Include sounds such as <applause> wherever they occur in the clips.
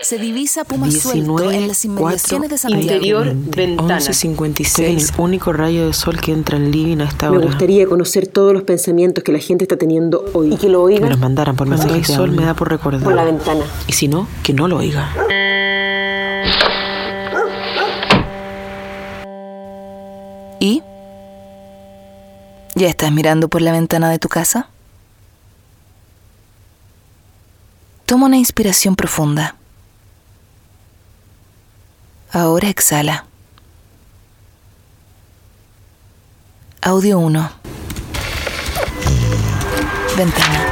Se divisa Puma suelto en las inmediaciones de Santiago. Interior, ventana. 11.56, el único rayo de sol que entra en living a esta Me hora. gustaría conocer todos los pensamientos que la gente está teniendo hoy. Y que lo Que los oigan mandaran por mensaje de sol me da por recordar. por la ventana. Y si no, que no lo oiga. ¿Y? ¿Ya estás mirando por la ventana de tu casa? Toma una inspiración profunda. Ahora exhala. Audio 1. Ventana.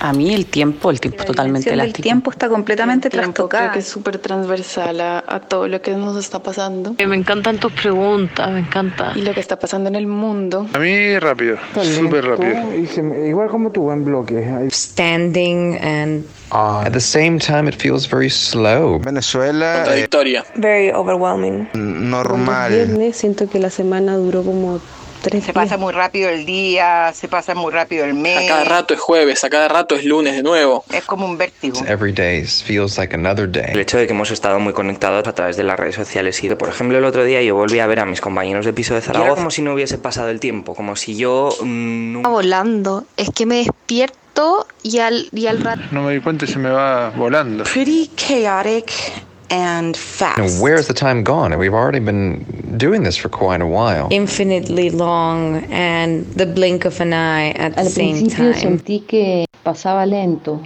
A mí el tiempo, el tiempo totalmente El elástico. tiempo está completamente tiempo Creo trastocada. que es súper transversal a, a todo lo que nos está pasando Eh, Me encantan tus preguntas, me encanta. y lo que está pasando en el mundo. A mí rápido, súper rápido. igual como tu buen bloque. standing and At the same time, it feels very slow. Venezuela. Contradictoria. Very overwhelming. Normal. siento que la semana duró como tres Se pasa muy rápido el día, se pasa muy rápido el A mes. cada rato es jueves, a cada rato es lunes de nuevo. Es como un vértigo. Every day feels like another El day. hecho de que hemos estado muy conectados a través de las redes sociales y, por ejemplo, el otro día yo volví a ver a mis compañeros de piso de Zaragoza como si no hubiese pasado el tiempo, como si yo mm, nunca... volando. Es que me despierto y al, y al rato. No me di cuenta y se me va volando. Pretty chaotic and fast. Where's the time gone? We've already been doing this for quite a while. infinitely long and the blink of an eye at the Al same principio time. sentí que pasaba lento.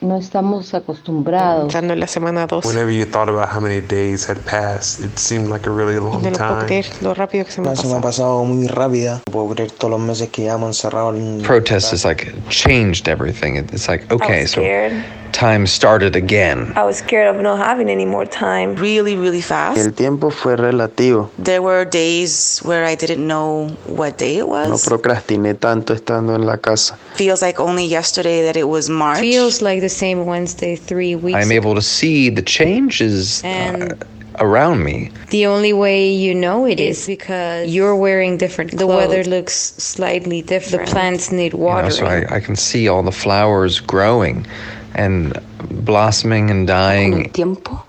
No estamos acostumbrados. Entrando en la semana 2. Whenever you thought about how many days had passed, it seemed like a really long No lo puedo time. creer lo rápido que se me La pasa. semana pasado muy rápida. No puedo creer todos los meses que llevamos encerrados Mm. en... Protest has like changed everything. It- It's like okay, so scared. time started again. I was scared of not having any more time. Really, really fast. tiempo fue relativo. There were days where I didn't know what day it was. procrastiné tanto estando en la casa. Feels like only yesterday that it was March. Feels like the same Wednesday three weeks. I'm able to see the changes uh, And- around me. The only way you know it is because you're wearing different clothes. The weather looks slightly different. The plants need you know, water. so I, I can see all the flowers growing and blossoming and Con el dying. tiempo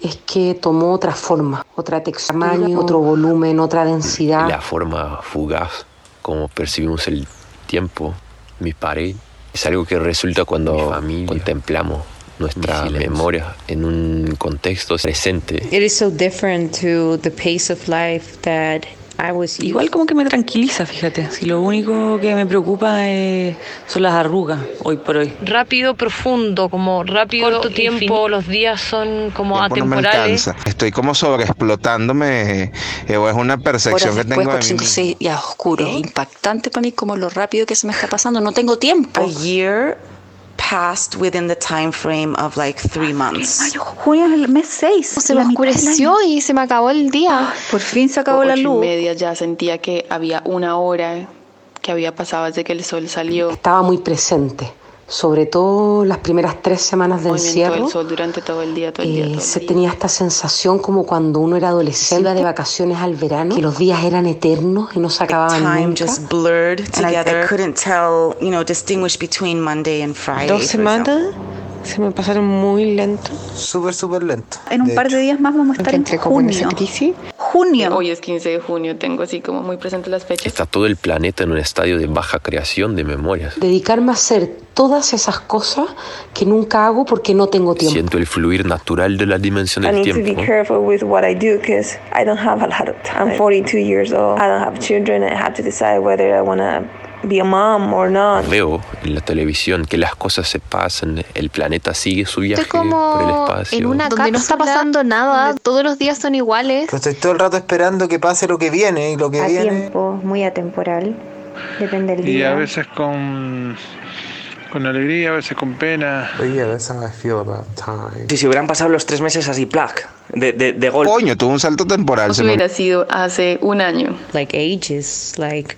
es que tomó otra forma, otra textura, otro volumen, otra densidad. La forma fugaz como percibimos el tiempo, mi pared, es algo que resulta cuando contemplamos nuestra memoria en un contexto presente. It is so different to the pace of life that I was used Igual como que me tranquiliza, fíjate. Si lo único que me preocupa eh, son las arrugas hoy por hoy. Rápido, profundo, como rápido, corto tiempo, los días son como atemporales. Estoy como sobreexplotándome eh, o es una percepción Horas que después, tengo por de mí. ejemplo, sí, ya oscuro. ¿Eh? Es impactante para mí como lo rápido que se me está pasando. No tengo tiempo. A year passed within the time frame of like Ah, three months. Junio es el mes 6. Se me la mitad del oscureció y se me acabó el Ah, día. Por fin se acabó la luz. y media ya sentía que había una hora que había pasado desde que el sol salió. Estaba muy presente, sobre todo las primeras tres semanas de Movimiento encierro. del sol durante todo el día, todo el día. eh, todo el se día. tenía esta sensación como cuando uno era adolescente, iba de vacaciones al verano, que los días eran eternos y no se acababan Time nunca. just blurred And I- I together. couldn't tell, you know, distinguish between Monday and Friday. Dos semanas se me pasaron muy lento. Súper, súper lento. En un par de días más vamos a estar en Entré como en esa junio. crisis. Junio. Hoy es 15 de junio, tengo así como muy presente las fechas. Está todo el planeta en un estadio de baja creación de memorias. Dedicarme a hacer todas esas cosas que nunca hago porque no tengo tiempo. Siento el fluir natural de la dimensión I del need to be tiempo. careful with what I do because I don't have a lot of time. I'm 42 years old. I don't have children. I have to decide whether I want to be a mom or not. Veo en la televisión que las cosas se pasan, el planeta sigue su viaje Estoy como por el espacio. en una Donde no está cápsula pasando nada. donde Todos los días son iguales. Estoy todo el rato esperando que pase lo que viene y lo que a viene. tiempo, muy atemporal. Depende del Y día. a veces con, con alegría, a veces con pena. But yeah, that's how I feel about time. Si se hubieran pasado los tres meses así, plac, de, de, de golpe. Coño, tuve un salto temporal. Hubiera sido hace un año. like ages, like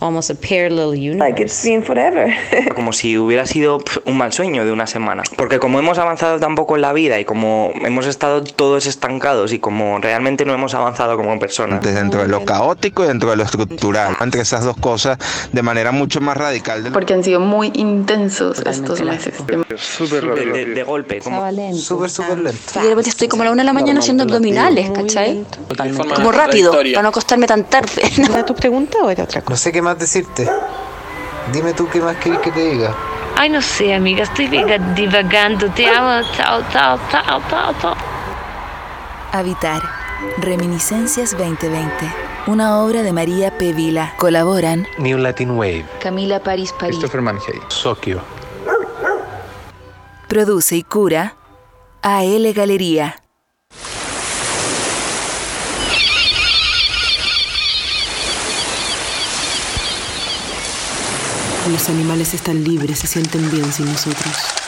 almost a parallel universe. Like it's been forever. <laughs> como si hubiera sido pf, un mal sueño de una semana. Porque como hemos avanzado tan poco en la vida y como hemos estado todos estancados y como realmente no hemos avanzado como personas. dentro de lo caótico y dentro de lo estructural, entre esas dos cosas de manera mucho más radical. de lo- Porque han sido muy intensos estos meses. De, de- de golpe. como- Súper, súper lento. Y de repente estoy como a la una de la mañana haciendo abdominales, ¿cachai? Totalmente. Como rápido, para no acostarme tan tarde. ¿Era tu pregunta o era otra cosa? No sé qué más decirte. Dime tú qué más quieres que te diga. Ay, no sé, amiga, estoy diga- divagando. Te amo. Chao, chao, chao, chao, chao. Habitar. Reminiscencias 2020. Una obra de María P. Vila. Colaboran New Latin Wave. Camila París París. Mangey. Sokio. Produce y cura AL Galería. Los animales están libres, se sienten bien sin nosotros.